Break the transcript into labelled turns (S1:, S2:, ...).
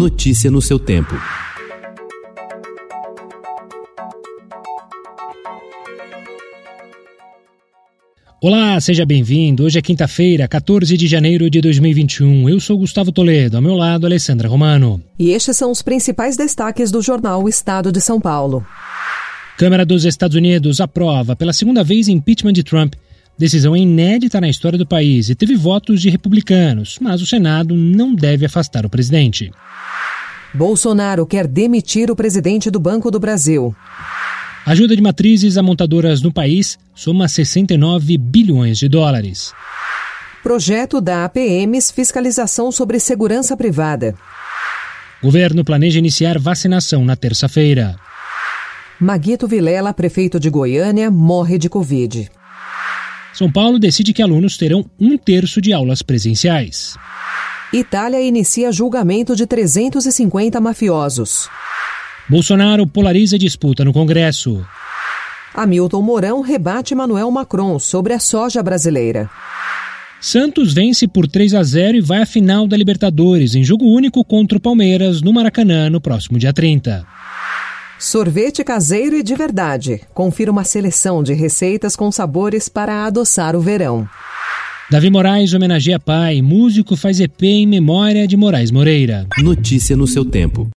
S1: Notícia no seu tempo.
S2: Olá, seja bem-vindo. Hoje é quinta-feira, 14 de janeiro de 2021. Eu sou Gustavo Toledo, ao meu lado, Alessandra Romano.
S3: E estes são os principais destaques do jornal Estado de São Paulo.
S2: Câmara dos Estados Unidos aprova pela segunda vez impeachment de Trump. Decisão inédita na história do país e teve votos de republicanos, mas o Senado não deve afastar o presidente.
S3: Bolsonaro quer demitir o presidente do Banco do Brasil.
S2: Ajuda de matrizes a montadoras no país soma 69 bilhões de dólares.
S3: Projeto da APMs Fiscalização sobre Segurança Privada.
S2: Governo planeja iniciar vacinação na terça-feira.
S3: Maguito Vilela, prefeito de Goiânia, morre de Covid.
S2: São Paulo decide que alunos terão um terço de aulas presenciais.
S3: Itália inicia julgamento de 350 mafiosos.
S2: Bolsonaro polariza disputa no Congresso.
S3: Hamilton Mourão rebate Manuel Macron sobre a soja brasileira.
S2: Santos vence por 3 a 0 e vai à final da Libertadores em jogo único contra o Palmeiras no Maracanã no próximo dia 30.
S3: Sorvete caseiro e de verdade. Confira uma seleção de receitas com sabores para adoçar o verão.
S2: Davi Moraes homenageia pai, músico faz EP em memória de Moraes Moreira.
S1: Notícia no seu tempo.